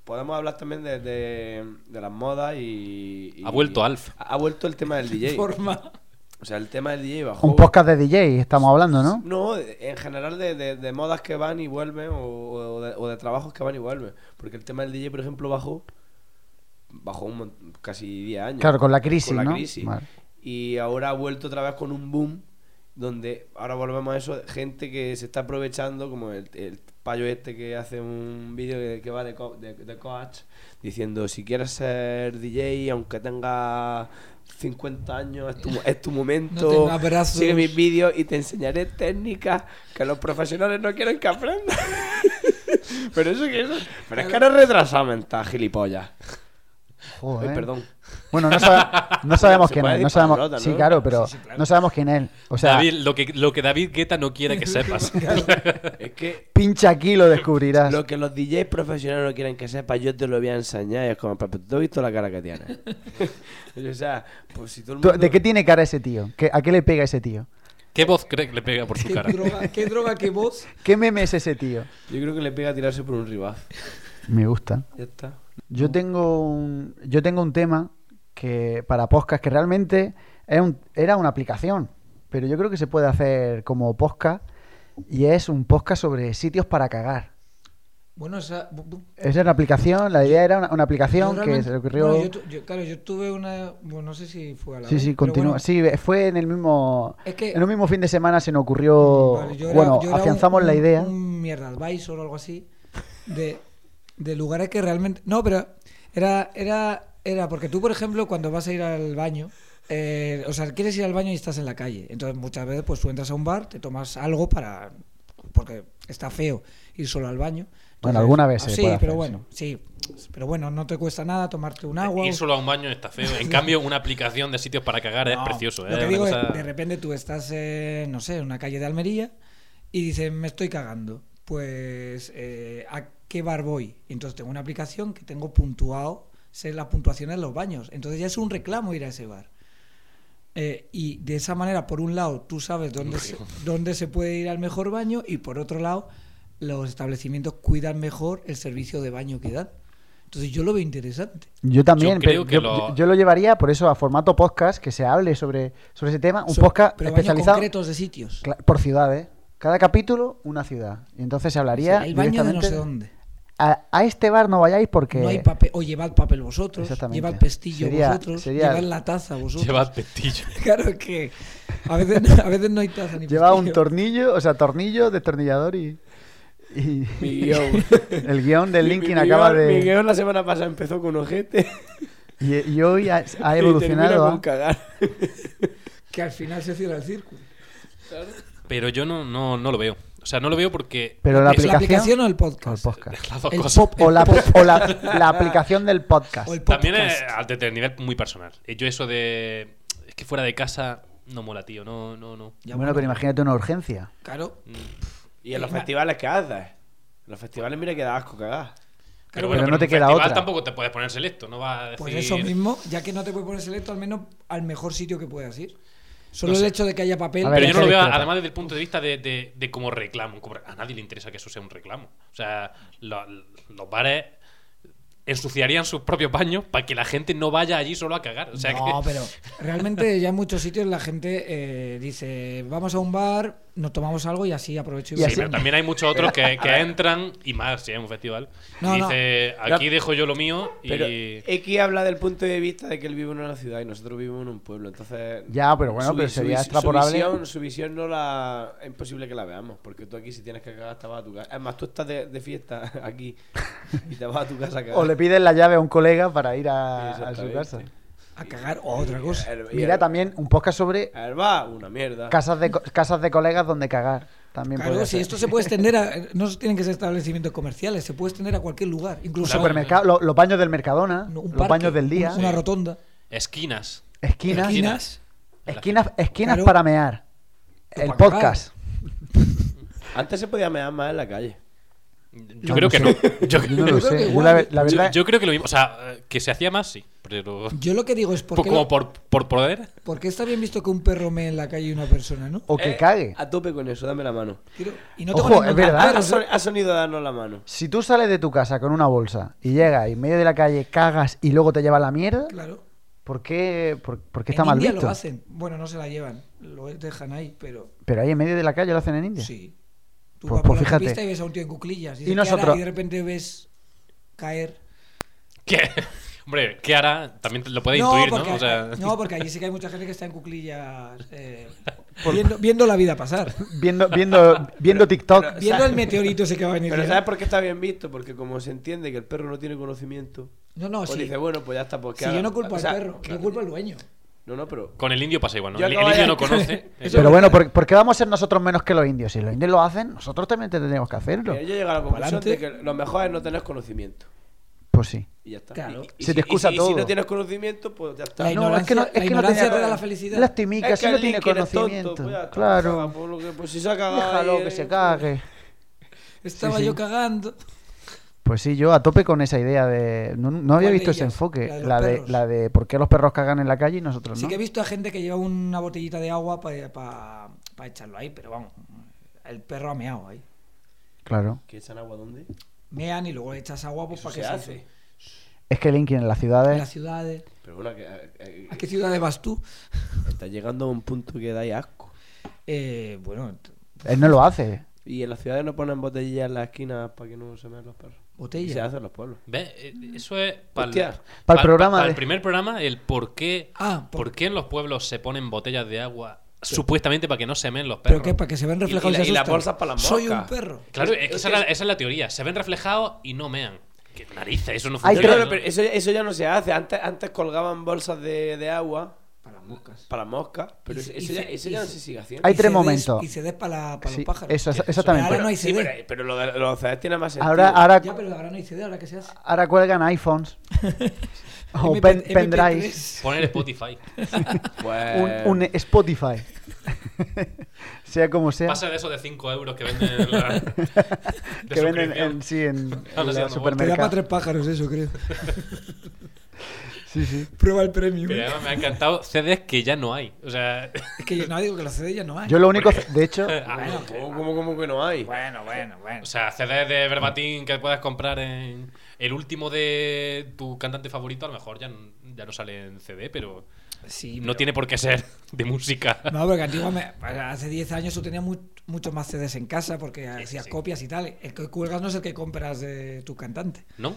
S7: podemos hablar también de, de, de las modas y, y-
S6: Ha vuelto Alf.
S7: Ha, ha vuelto el tema del DJ.
S5: Forma.
S7: O sea, el tema del DJ bajó.
S4: Un podcast de DJ estamos hablando, ¿no?
S7: No, en general de, de- de modas que van y vuelven o, o de, o de trabajos que van y vuelven. Porque el tema del DJ, por ejemplo, bajó bajó un mon- casi 10 años.
S4: Claro, con la crisis,
S7: Con la
S4: ¿no?
S7: crisis.
S4: Vale.
S7: Y ahora ha vuelto otra vez con un boom donde ahora volvemos a eso, gente que se está aprovechando, como el, el payo este que hace un vídeo que, que va de, co- de- de coach, diciendo, si quieres ser DJ, aunque tengas 50 años, es tu, es tu momento,
S5: tengas brazos.
S7: sigue mis vídeos y te enseñaré técnicas que los profesionales no quieren que aprendas. pero eso que eso, pero es que eres retrasado mental, gilipollas. Ay,
S4: Joder.
S7: perdón.
S4: Bueno, no, sabe- no sabemos
S7: Se
S4: quién
S7: puede
S4: es. No
S7: disparar
S4: sabemos,
S7: pelota, ¿no?
S4: Sí, claro, pero no sabemos quién es. O sea,
S6: David, lo que, lo que David Guetta no quiere que sepas.
S7: Es que
S4: pincha aquí y lo descubrirás.
S7: Lo que los DJs profesionales no quieren que sepa, yo te lo voy a enseñar. Y es como, "Pero tú has visto la cara que tienes. o sea, pues si todo el
S4: ¿Tú-
S7: mundo...
S4: ¿De qué tiene cara ese tío? ¿Qué- ¿A qué le pega ese tío?
S6: ¿Qué voz cree que le pega por su
S5: ¿Qué
S6: cara?
S5: droga, ¿Qué droga que vos?
S4: ¿Qué meme es ese tío?
S7: Yo creo que le pega tirarse por un ribaz.
S4: Me gusta. Mm.
S7: Ya está.
S4: Yo tengo un, yo tengo un tema que para podcast que realmente es un- era una aplicación, pero yo creo que se puede hacer como podcast y es un podcast sobre sitios para cagar.
S5: Bueno, esa. bu- bu-
S4: Esa era la aplicación, la idea era una, una aplicación
S5: yo
S4: que
S5: realmente-
S4: se le ocurrió...
S5: bueno, yo tu- yo- claro, yo tuve una. Bueno, no sé si fue a la.
S4: Sí,
S5: vez,
S4: sí,
S5: pero
S4: continúa.
S5: bueno,
S4: Sí, fue en el mismo.
S5: Es que- Mm,
S4: en un mismo fin de semana se nos ocurrió.
S5: Vale, yo era-
S4: bueno,
S5: yo era un-
S4: afianzamos la
S5: un-
S4: idea.
S5: Un mierda advisor o algo así. De, de lugares que realmente. No, pero era, era, era porque tú, por ejemplo, cuando vas a ir al baño. eh, o sea, quieres ir al baño y estás en la calle. Entonces, muchas veces, pues tú entras a un bar, te tomas algo para. Porque está feo ir solo al baño. ah,
S4: Bueno, alguna vez se
S5: Sí,
S4: puede
S5: pero
S4: hacer, sí.
S5: bueno, sí. Pero bueno, no te cuesta nada tomarte un agua.
S6: Ir
S5: un-
S6: solo a un baño está feo. En cambio, una aplicación de sitios para cagar es
S5: no,
S6: precioso.
S5: Lo
S6: ¿eh?
S5: que
S6: Una
S5: digo
S6: cosa-
S5: es, de repente tú estás, eh, no sé, en una calle de Almería y dices, me estoy cagando. Pues, eh, ¿a qué bar voy? Y entonces tengo una aplicación que tengo puntuado, sé las puntuaciones de los baños. Entonces ya es un reclamo ir a ese bar. Eh, y de esa manera, por un lado, tú sabes dónde se, dónde se puede ir al mejor baño y por otro lado, los establecimientos cuidan mejor el servicio de baño que dan. Entonces yo lo veo interesante.
S4: Yo también,
S6: Yo creo
S4: pero
S6: que
S4: yo,
S6: lo-
S4: yo- yo lo llevaría por eso a formato podcast, que se hable sobre, sobre ese tema. Un
S5: So-
S4: podcast
S5: pero baños
S4: especializado
S5: concretos de sitios.
S4: cla- por ciudades. Cada capítulo, una ciudad. Y entonces se hablaría.
S5: el baño de no
S4: directamente-
S5: sé dónde.
S4: A, a este bar no vayáis porque.
S5: No hay papel, o llevad papel vosotros,
S4: Exactamente.
S5: llevad pestillo
S4: Sería-
S5: vosotros,
S4: sería-
S5: llevad la taza vosotros.
S6: Llevad pestillo.
S5: Claro es que a veces, no- a veces no hay taza ni
S4: Lleva un
S5: pestillo.
S4: tornillo, o sea, tornillo, destornillador y. y-
S7: Mi guión.
S4: el guión del
S7: Mi-
S4: Linkin
S7: mi
S4: acaba
S7: guión-
S4: de.
S7: Mi guión la semana pasada empezó con ojete.
S4: Y, y hoy ha, ha
S7: y
S4: evolucionado. ¿eh?
S7: termina
S4: a-
S7: con cagar.
S5: Que al final se cierra el círculo.
S6: Pero yo no, no, no lo veo. O sea, no lo veo porque.
S4: Pero la
S6: es-
S5: ¿La
S4: aplicación-
S5: aplicación o el
S4: Con el
S5: podcast?
S4: podcast.
S6: Las dos
S5: el
S6: cosas.
S5: pop-
S4: O, la,
S5: podcast.
S4: o la, la aplicación del podcast.
S5: O el podcast.
S6: También es al desde el nivel muy personal. Eh, Yo eso de. Es que fuera de casa no mola, tío. No, no, no.
S5: Ya,
S4: bueno, pero imagínate una urgencia.
S5: Claro,
S7: Y en los festivales, ¿qué haces? En los festivales, mira que da asco cagar.
S6: Pero,
S4: pero no
S6: en
S4: te
S6: un
S4: queda
S6: festival
S4: otra.
S6: tampoco te puedes poner selecto. No va a decir.
S5: pues eso mismo, ya que no te puedes poner selecto, al menos al mejor sitio que puedas ir. Solo
S6: No sé.
S5: el hecho de que haya papel.
S4: A ver,
S6: Pero yo no lo veo,
S4: discrepa.
S6: además, desde el punto de vista de, de- de como reclamo. como- a nadie le interesa que eso sea un reclamo. O sea, lo- los bares ensuciarían sus propios baños para que la gente no vaya allí solo a cagar. O sea,
S5: no,
S6: que-
S5: pero realmente ya en muchos sitios la gente eh, dice, vamos a un bar, nos tomamos algo y así aprovecho y
S6: Sí,
S5: voy".
S6: pero también hay muchos otros que, que entran, y más si hay un festival,
S5: No,
S6: y
S5: no.
S6: dice, aquí dejo yo lo mío y...
S7: Pero X habla del punto de vista de que él vive en una ciudad y nosotros vivimos en un pueblo. Entonces.
S4: Ya, pero bueno,
S7: vi-
S4: pero sería
S7: vis-
S4: extrapolable.
S7: visión, su visión no la. Es imposible que la veamos. Porque tú aquí, si tienes que cagar, te vas a tu casa. Es más, tú estás de, de fiesta aquí y te vas a tu casa a cagar.
S4: O le pides la llave a un colega para ir a, a su
S7: Exactamente.
S4: casa.
S5: A cagar o a otra cosa.
S7: El- y Ah.
S4: Mira
S7: el-
S4: también un podcast sobre
S7: el bar, una mierda.
S4: casas de, co- casas de colegas donde cagar. También
S5: Claro,
S4: podría
S5: si
S4: ser.
S5: esto se puede extender a. eh, No tienen que ser establecimientos comerciales, se puede extender a cualquier lugar. Incluso a
S4: Supermercado, lo- los baños del Mercadona,
S5: un
S4: los
S5: parque,
S4: baños del día,
S5: Una rotonda.
S6: Esquinas.
S4: esquinas,
S6: Esquina.
S4: esquinas,
S5: Esquinas.
S4: esquinas,
S5: Claro.
S4: para mear. El
S5: para cagar.
S4: podcast.
S7: Antes se podía mear más en la calle.
S6: Yo creo que no. Yo,
S4: Yo no lo
S5: creo que
S4: sé. Yo
S5: igual-
S4: la, ve- la
S6: yo-
S4: verdad,
S6: yo creo que lo mismo. O sea, eh, que se hacía más, sí. Pero...
S5: Yo lo que digo es
S6: po-
S5: porque,
S6: Como por, por poder.
S5: está bien visto que un perro me en la calle y una persona, ¿no?
S4: o que
S7: Eh,
S4: cague.
S7: A tope con eso, dame la mano.
S5: Quiero- y no
S4: Ojo,
S5: ponen
S4: es
S5: nada.
S4: verdad.
S5: Pero
S7: Ha,
S5: eso-
S7: son- ha sonido a darnos la mano.
S4: Si tú sales de tu casa con una bolsa y llegas y en medio de la calle cagas y luego te lleva la mierda,
S5: Claro.
S4: ¿por qué, por, por qué
S5: En
S4: está mal
S5: India
S4: visto?
S5: lo hacen. Bueno, no se la llevan. Lo dejan ahí, pero.
S4: Pero ahí en medio de la calle lo hacen en India.
S5: Sí. Tú
S4: Pues-
S5: vas por
S4: pues
S5: la
S4: fíjate.
S5: autopista y ves a un tío en cuclillas.
S4: Y
S5: Y, dices, "¿Qué
S4: nosotros-
S5: hará?" Y de repente ves caer.
S6: Que, hombre, ¿qué hará? También lo puede
S5: No
S6: intuir,
S5: porque,
S6: ¿no? O sea,
S5: no, porque allí sí que hay mucha gente que está en cuclillas eh, viendo, viendo la vida pasar.
S4: Viendo, viendo, viendo TikTok.
S7: pero-
S5: Viendo el meteorito ese que va a venir.
S7: Pero
S5: ya.
S7: ¿sabes por qué está bien visto? Porque como se entiende que el perro no tiene conocimiento,
S5: No, no,
S7: pues
S5: Ah, sí.
S7: dice, bueno, pues ya está. Porque
S5: Si yo no culpo
S7: o sea,
S5: al perro, yo culpo al dueño.
S7: No, no, pero...
S6: con el indio pasa igual, ¿no?
S7: Yo
S6: El, el
S7: acabo de-
S6: indio no conoce.
S5: Eso-
S4: Pero bueno, ¿por, por qué vamos a ser nosotros menos que los indios? Si los indios lo hacen, nosotros también tendríamos que hacerlo.
S7: Mira, eh, yo he llegado a la conclusión de
S5: Pa'lante.
S7: que lo mejor es no tener conocimiento.
S4: Pues sí.
S7: Y ya está.
S5: Claro.
S7: Y- y
S4: Se
S7: si-
S4: te excusa
S7: y si, y
S4: todo.
S7: si no tienes conocimiento, pues ya está.
S5: La
S4: No, es que no,
S5: ignorancia-
S4: es que
S5: la
S4: no
S5: ignoraña
S4: tenía-
S5: te da la felicidad.
S4: lastimica, si no
S7: el
S4: tiene
S7: Lincoln es tonto,
S4: conocimiento.
S7: pues ya está,
S4: claro.
S7: caga, por lo que- pues si se ha cagado
S4: Déjalo
S7: ahí,
S4: que
S7: eh,
S4: se cague.
S5: Estaba
S4: sí.
S5: yo cagando.
S4: Pues sí, yo a tope con esa idea de. No, no había
S5: ¿Cuál de
S4: visto ese
S5: ellas?
S4: enfoque.
S5: ¿La de los
S4: La de,
S5: perros?
S4: la de por qué los perros cagan en la calle y
S7: Pues
S4: nosotros
S5: Sí
S4: no.
S5: que he visto a gente que lleva una botellita de agua para echarlo ahí, pero vamos, el perro ha meado ahí.
S4: Claro.
S7: ¿Que echan agua dónde?
S5: Mean y luego le echas agua pues,
S7: Eso
S5: para
S7: se
S5: que
S7: hace.
S4: Es que Linkin en las ciudades.
S5: En las ciudades.
S7: Pero bueno, que, eh, eh,
S5: ¿A qué ciudades vas tú?
S7: está llegando a un punto que da asco.
S5: Eh, bueno, t-
S4: Él no lo hace.
S7: Y en las ciudades no ponen botellillas en las esquinas para que no se mean los perros. Y se
S5: Botella.
S7: hacen los pueblos.
S6: ¿Ves? Eh, Eso es para
S7: Hostia.
S6: el,
S4: Pa'l programa
S6: Para
S4: de-
S6: el primer programa, el por qué,
S5: Ah, por-
S6: por... qué en los pueblos se ponen botellas de agua supuestamente para que no se meen los perros.
S5: ¿Pero qué? ¿Para que se ven reflejados
S7: Y- y la- y las
S5: asustan?
S7: bolsas para las
S5: Soy un
S7: moscas.
S5: perro.
S6: Claro, es que esa, es la, esa es la teoría. Se ven reflejados y no mean. Qué narices, eso no
S4: Hay
S7: Yo
S6: funciona.
S7: creo
S6: ¿no?
S7: que pero eso, eso ya no se hace. Antes, antes colgaban bolsas de, de agua
S5: Para las moscas.
S7: para moscas, pero
S5: Y
S7: eso,
S5: se-
S7: eso
S5: y
S7: ya,
S5: se-
S7: eso
S5: y
S7: ya no
S5: se-
S7: se sigue haciendo.
S4: Hay tres
S5: CDs
S4: momentos.
S5: Y CDs para para
S4: Sí,
S5: los pájaros.
S4: eso,
S6: Eso.
S4: exactamente.
S5: Ahora no hay
S7: Sí,
S5: CD.
S7: pero, pero lo de los CDs tiene más sentido.
S4: Ahora, ahora,
S5: Ya, pero ahora no hay CD, ahora que se hace.
S4: ahora cuelgan iPhones o
S5: MP3.
S4: pen- pendrives.
S6: Poner Spotify.
S7: Pues-
S4: Un, un Spotify. sea como sea.
S6: Pasa de eso de 5 euros que venden en la- de
S4: que venden
S6: suscripción.
S4: en, sí, en,
S6: Ahora
S4: en
S6: sí, a lo
S4: los
S6: mejor.
S5: Te da para
S4: supermercados.
S5: tres pájaros eso, creo.
S4: Sí, sí.
S5: Prueba el premio.
S6: Pero además me ha encantado CDs que ya no hay. O sea,
S5: Es que yo no digo que los CD ya no hay.
S4: Yo lo único, de hecho,
S6: ah,
S7: ¿Cómo, cómo, cómo que no hay?
S5: Bueno, bueno, bueno.
S6: o sea, CDs de verbatim que puedas comprar en el último de tu cantante favorito, a lo mejor ya, n- ya no sale en CD, pero
S5: Sí,
S6: no
S5: pero-
S6: tiene por qué ser de música.
S5: No, porque antiguamente, hace 10 años tú tenías mu- muchos más CDs en casa porque hacías
S6: sí.
S5: copias y tal. El que cuelgas no es el que compras de tu cantante.
S6: ¿No?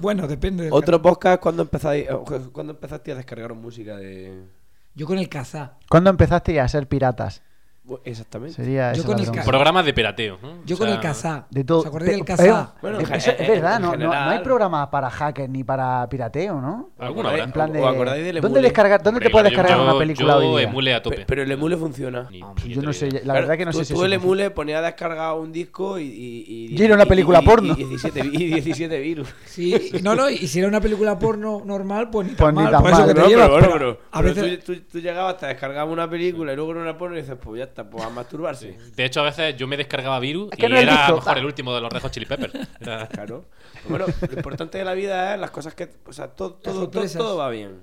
S5: bueno, depende. del
S7: Otro podcast cuando empezáis, cuando empezaste a descargar música de.
S5: can- Yo con el cazá.
S4: ¿cuándo empezaste a ser piratas?
S7: Bu- Exactamente.
S4: Sería
S5: Yo
S4: esa
S5: con
S4: la
S5: el
S4: pregunta.
S5: ca-
S6: Programas de pirateo. ¿no?
S5: Yo
S6: O
S5: con el
S6: sea,
S5: cazá.
S4: De todo.
S5: ¿Os acordáis del
S4: Pe-
S5: cazá?
S4: eh,
S7: Bueno,
S4: eh,
S7: en
S4: eso
S7: ge-
S4: es verdad,
S7: en
S4: no, no- no hay
S7: general.
S4: programas para hackers ni para pirateo, ¿no?
S7: Hombre,
S6: Alguna habrá.
S4: En plan de,
S7: ¿Os acordáis del
S4: ¿Dónde
S7: emule?
S4: descargar, dónde te
S6: Hombre,
S4: puedes
S6: yo-
S4: descargar
S6: yo-
S4: una película
S6: yo
S4: hoy día?
S6: emule a tope.
S7: Pe- Pero el emule funciona.
S6: Ni
S4: Yo
S6: puñetera
S4: no sé,
S6: idea.
S4: la verdad que no
S7: tú,
S4: sé si
S7: Tú
S4: eso
S7: el
S4: funciona.
S7: emule ponías a descargar un disco y. Y,
S4: Y era una película porno.
S7: Y 17, vi- y 17 virus.
S5: Sí, no, no, y si era una película porno normal, pues ni
S4: Pues
S5: tan
S4: ni
S5: mal.
S4: tan
S5: por eso
S4: mal,
S5: que te
S4: ¿no?
S5: llevas,
S7: pero, bueno,
S5: pero
S7: pero-
S5: a
S7: pero
S5: veces...
S7: tú, tú- tú llegabas hasta descargabas una película y luego era una porno y dices, pues ya está, pues a masturbarse.
S6: De hecho, a veces yo me descargaba Virus
S4: Es que
S6: y
S4: no he
S6: era a
S4: visto,
S6: lo mejor
S4: pa.
S6: el último de los Rejos Chili Peppers. Era-
S7: Claro. Pero bueno, lo importante de la vida es las cosas que. O sea, todo, todo, todo,
S5: sorpresas.
S7: todo va bien.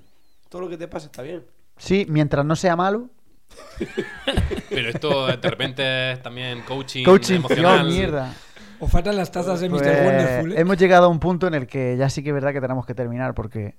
S7: Todo lo que te pasa está bien.
S4: Sí, mientras no sea malo.
S6: Pero esto de repente es también coaching,
S4: Coaching,
S6: emocional.
S4: Dios, mierda.
S5: O faltan las tazas de Mr.
S4: Pues,
S5: Wonderful. ¿eh?
S4: hemos llegado a un punto en el que ya sí que es verdad que tenemos que terminar porque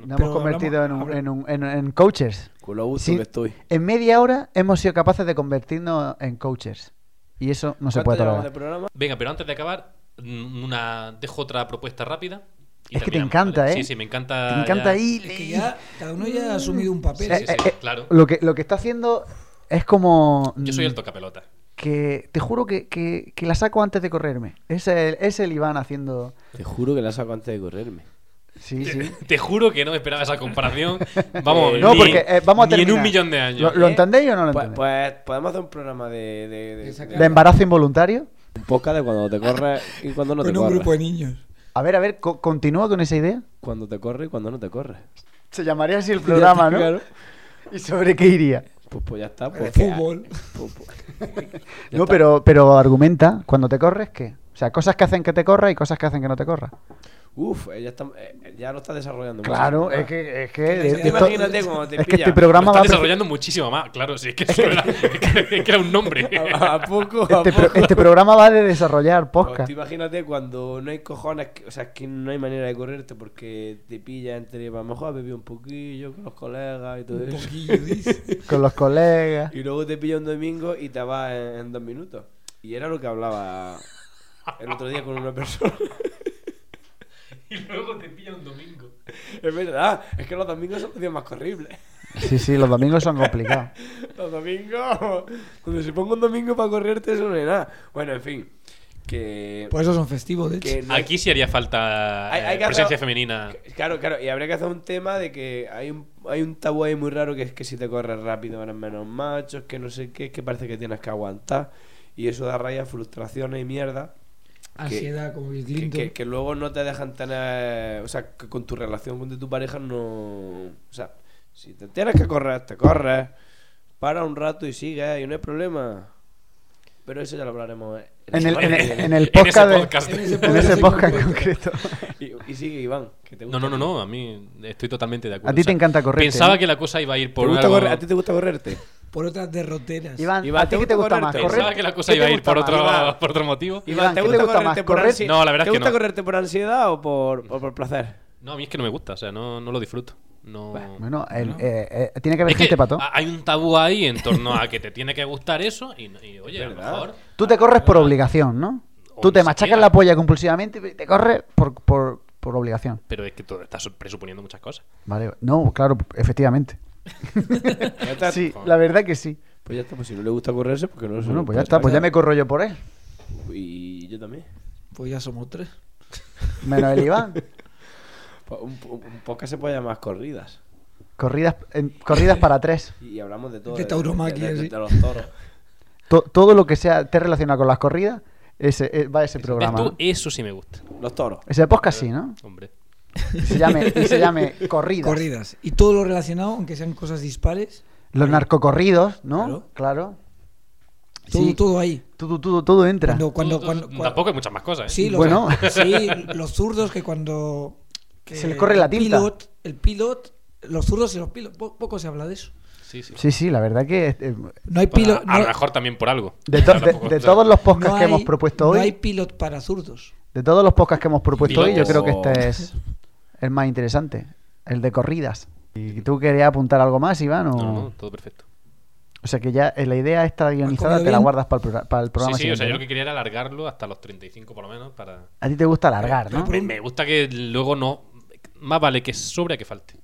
S4: nos
S5: Pero
S4: hemos convertido en,
S5: hablamos-
S4: un, en, un- en- en coaches.
S7: Con lo gusto
S4: Sí.
S7: que estoy.
S4: En media hora hemos sido capaces de convertirnos en coaches. Y eso no se
S7: ¿Cuánto
S4: puede
S7: llevamos de
S4: tolerar.
S7: programa?
S6: Venga, pero antes de acabar, mm, una, dejo otra propuesta rápida. y
S4: Es que te
S6: terminamos,
S4: encanta, ¿eh?
S6: Sí, sí, me encanta.
S4: Te encanta
S6: ya.
S4: ahí.
S5: Es que ya cada uno ya ha asumido un papel.
S6: Sí, sí,
S4: Eh,
S6: sí,
S4: eh,
S6: claro.
S4: Lo que, lo que está haciendo es como.
S6: Yo soy el
S4: mm,
S6: tocapelota.
S4: Que te juro que, que- que la saco antes de correrme. Es el, es el Iván haciendo.
S7: Te juro que la saco antes de correrme.
S4: Sí, sí.
S6: Te juro que no me esperaba esa comparación. Vamos,
S4: No,
S6: ni-
S4: porque eh, vamos a
S6: ni
S4: terminar.
S6: en un millón de años. ¿eh?
S4: ¿Lo,
S5: Eh,
S4: lo entendéis o no lo
S7: Pues,
S4: entendéis?
S7: pues podemos hacer un programa de. de, de-
S5: Exacto.
S4: ¿De embarazo involuntario?
S7: un podcast de cuando te corres y cuando no te
S5: con un
S7: corres.
S5: grupo de niños.
S4: A ver, a ver, co- continúa con esa idea.
S7: Cuando te corres y cuando no te corres.
S4: Se llamaría así el programa, ¿no?
S7: Claro.
S4: ¿Y sobre qué iría?
S7: Pues, pues ya está.
S5: De
S7: Pues, que-
S5: fútbol.
S7: pues- pues- Ya
S4: No,
S7: está.
S4: pero, pero argumenta, cuando te corres, ¿qué? O sea, cosas que hacen que te corra y cosas que hacen que no te corra.
S7: Uf, eh, ya, está- eh, ya lo estás desarrollando. mucho.
S4: Claro, es que... Es que,
S5: Te
S4: de- de esto-
S7: Imagínate cuando te
S4: es que este
S7: pilla.
S6: Lo
S4: programa va
S6: estás
S4: a... perfe-
S6: desarrollando muchísimo más. Claro, sí, es que, eso era, es que era un nombre.
S7: ¿A, a poco? ¿A
S4: Este, pro-
S7: poco?
S4: este programa va de desarrollar
S7: Pues
S4: podcast.
S7: tú imagínate cuando no hay cojones, que- o sea, es que no hay manera de correrte porque te pilla entre, a lo mejor has bebido un poquillo con los colegas y todo
S5: Un
S7: eso.
S5: poquillo, dice.
S4: Con los colegas.
S7: Y luego te pilla un domingo y te vas en, en dos minutos. Y era lo que hablaba el otro día con una persona.
S6: y luego te pilla un domingo.
S7: es verdad, es que los domingos son los días más horribles.
S4: Sí, sí, los domingos son complicados.
S7: Los domingos, cuando se ponga un domingo para correrte, eso no es nada. Bueno, en fin, que.
S5: Por eso son festivos, de hecho.
S7: que no-
S6: Aquí sí haría falta
S7: Hay-
S6: eh,
S7: hay que hacer-
S6: presencia femenina.
S7: Claro, claro, y habría que hacer un tema de que hay un, hay un tabú ahí muy raro que es que si te corres rápido eres menos machos, que no sé qué, que parece que tienes que aguantar. Y eso da raya, frustraciones y mierda.
S5: Ansiedad como Bill
S7: Que,
S5: Clinton.
S7: que- que luego no te dejan tener. O sea, que con tu relación con tu pareja no. O sea, si te tienes que correr, te corres. Para un rato y sigue, y no hay problema. Pero eso ya lo hablaremos.
S4: En el, en el- en el
S6: ese
S4: podcast, de-
S6: podcast.
S5: En ese
S4: en ese
S5: podcast
S4: podcast
S5: en
S4: en concreto.
S7: Y, y sigue, Iván. Que te gusta.
S6: No, no, no, no, a mí estoy totalmente de acuerdo.
S4: A ti te encanta correrte, ¿eh?
S6: Pensaba
S4: ¿no?
S6: que la cosa iba a ir
S7: ¿Te
S6: por
S7: gusta
S6: algo-
S7: correr- ¿A ti te gusta correrte?
S5: Por otras derroteras.
S4: Iván,
S7: Iván,
S4: ¿a ti
S7: ¿te
S4: qué te
S7: gusta
S4: gusta más?
S7: correrte?
S4: ¿Correr?
S6: Pensaba que la cosa
S4: ¿Qué
S6: iba a
S4: te
S6: ir por
S4: gusta
S6: otro,
S4: más?
S7: Iván?
S6: por otro motivo.
S7: Iván,
S4: ¿qué te
S7: ¿te gusta,
S4: gusta
S7: correrte
S4: más,
S7: por
S4: correr?
S7: ansi-
S6: No, la verdad
S7: ¿Te
S6: es que
S7: gusta
S6: no.
S7: correrte por ansiedad o por, o por placer?
S6: No, a mí es que no me gusta, o sea, no, no lo disfruto. No.
S4: Bueno, el- eh, eh, tiene que haber
S6: Es que
S4: gente pato.
S6: ha- hay un tabú ahí en torno a que te tiene que gustar eso y, y, oye, a lo
S7: verdad.
S6: mejor...
S4: Tú te corres por obligación, ¿no?
S6: O
S4: Tú
S6: ni
S4: te machacas
S6: siquiera.
S4: la polla compulsivamente y te corres por, por, por obligación.
S6: Pero es que tú estás presuponiendo muchas cosas.
S4: Vale, no, claro, efectivamente.
S7: Ya está.
S4: Sí, la verdad que sí.
S7: Pues ya está, pues si no le gusta correrse, porque no lo
S4: Bueno, pues ya está, pues ya me corro yo por él.
S7: Y yo también.
S5: Pues ya somos tres.
S4: Menos el Iván.
S7: Po- Pues Un, po- un podcast se puede llamar corridas.
S4: Corridas, en- corridas para tres.
S7: Y y hablamos de todo.
S5: De tauromaquia,
S7: de- de-
S5: sí.
S7: de los toros.
S4: To- todo lo que sea te relaciona con las corridas, ese, eh, va a ese
S6: ¿Ves
S4: programa.
S6: tú?
S4: ¿no?
S6: Eso sí me gusta.
S7: Los toros.
S4: Ese podcast sí, ¿no?
S6: Hombre.
S4: Y se llame, y se llame corridas.
S5: Corridas. Y todo lo relacionado, aunque sean cosas dispares,
S4: Los narcocorridos, ¿no?
S5: Claro.
S4: Claro.
S5: todo,
S4: Sí.
S5: todo ahí.
S4: Todo, todo, todo entra.
S5: Cuando, cuando,
S6: Tú- tú-
S5: cuando- cua-
S6: tampoco hay muchas más cosas. ¿eh?
S5: Sí, los,
S4: Bueno.
S5: sí, los zurdos que cuando... que
S4: Se les corre la
S5: el
S4: tinta.
S5: pilot- el pilot, los zurdos y los pilotos, poco se habla de eso.
S6: Sí, sí.
S4: Sí, sí, la verdad que eh,
S5: No hay
S6: Bueno,
S5: pilot...
S6: a, a
S5: no-
S6: lo mejor también por algo.
S4: de, to-
S6: Tampoco,
S4: de- de
S6: o sea,
S4: todos los
S5: no
S4: podcasts que hemos
S5: hay-
S4: propuesto
S5: no
S4: hoy,
S5: hay pilot para zurdos.
S4: de todos los podcasts que hemos propuesto hoy, yo creo
S6: Pilotos.
S4: que este es el más interesante, el de corridas. ¿Y tú querías apuntar algo más, Iván? O,
S6: No, no, no, todo perfecto.
S4: o sea que ya eh, la idea está guionizada, te
S5: comido
S4: la
S5: bien?
S4: guardas para el, pro- para el
S6: Sí,
S4: programa
S6: sí, o sea,
S4: siguiente,
S6: yo
S4: ¿no?
S6: lo que quería era alargarlo hasta los 35 por lo menos para...
S5: Ah,
S4: A ti te gusta alargar, ¿no?
S6: Me, me gusta que luego no... Más vale que sobre a que falte.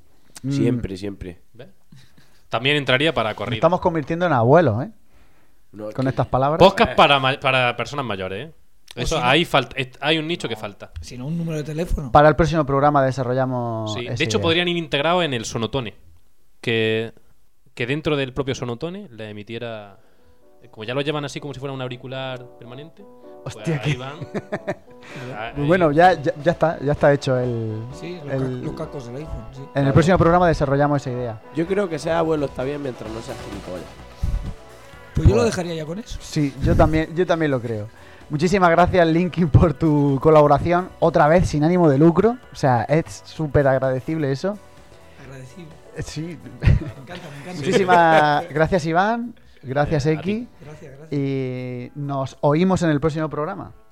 S4: Mm,
S7: Siempre, siempre.
S6: ¿Ves? También entraría para
S4: nos
S6: correr.
S4: estamos convirtiendo en abuelos, ¿eh?
S7: No, es
S4: Con
S7: que-
S4: estas palabras.
S6: Podcast para, ma- para personas mayores, ¿eh?
S5: Pues
S6: Eso,
S5: sí.
S6: ahí falta, es- hay un nicho que falta.
S5: Sino un número de teléfono.
S4: Para el próximo programa desarrollamos.
S6: Sí,
S4: esa
S6: De hecho,
S4: idea.
S6: podrían ir integrados en el sonotone. Que, que dentro del propio sonotone le emitiera. Como ya lo llevan así como si fuera un auricular permanente. pues
S4: Hostia,
S6: ahí
S4: qué-
S6: van. Ah,
S4: Muy
S6: ahí.
S4: Bueno, ya, ya, ya está, ya está hecho el.
S5: Sí, los,
S4: el-
S5: ca- los cacos del iPhone. sí.
S4: en el próximo programa desarrollamos esa idea.
S7: Yo creo que sea abuelo está bien mientras no seas gilipollas.
S5: Pues yo lo dejaría ya con eso.
S4: Sí, yo también, yo también lo creo. Muchísimas gracias, Linkin, por tu colaboración. Otra vez, sin ánimo de lucro. O sea, es súper agradecible eso.
S5: Agradecido.
S4: Eh, Sí.
S5: Me encanta, me encanta.
S4: Muchísimas gracias, Iván. Gracias,
S6: Eh, a
S4: Eki.
S5: Gracias, gracias.
S4: Y nos oímos en el próximo programa.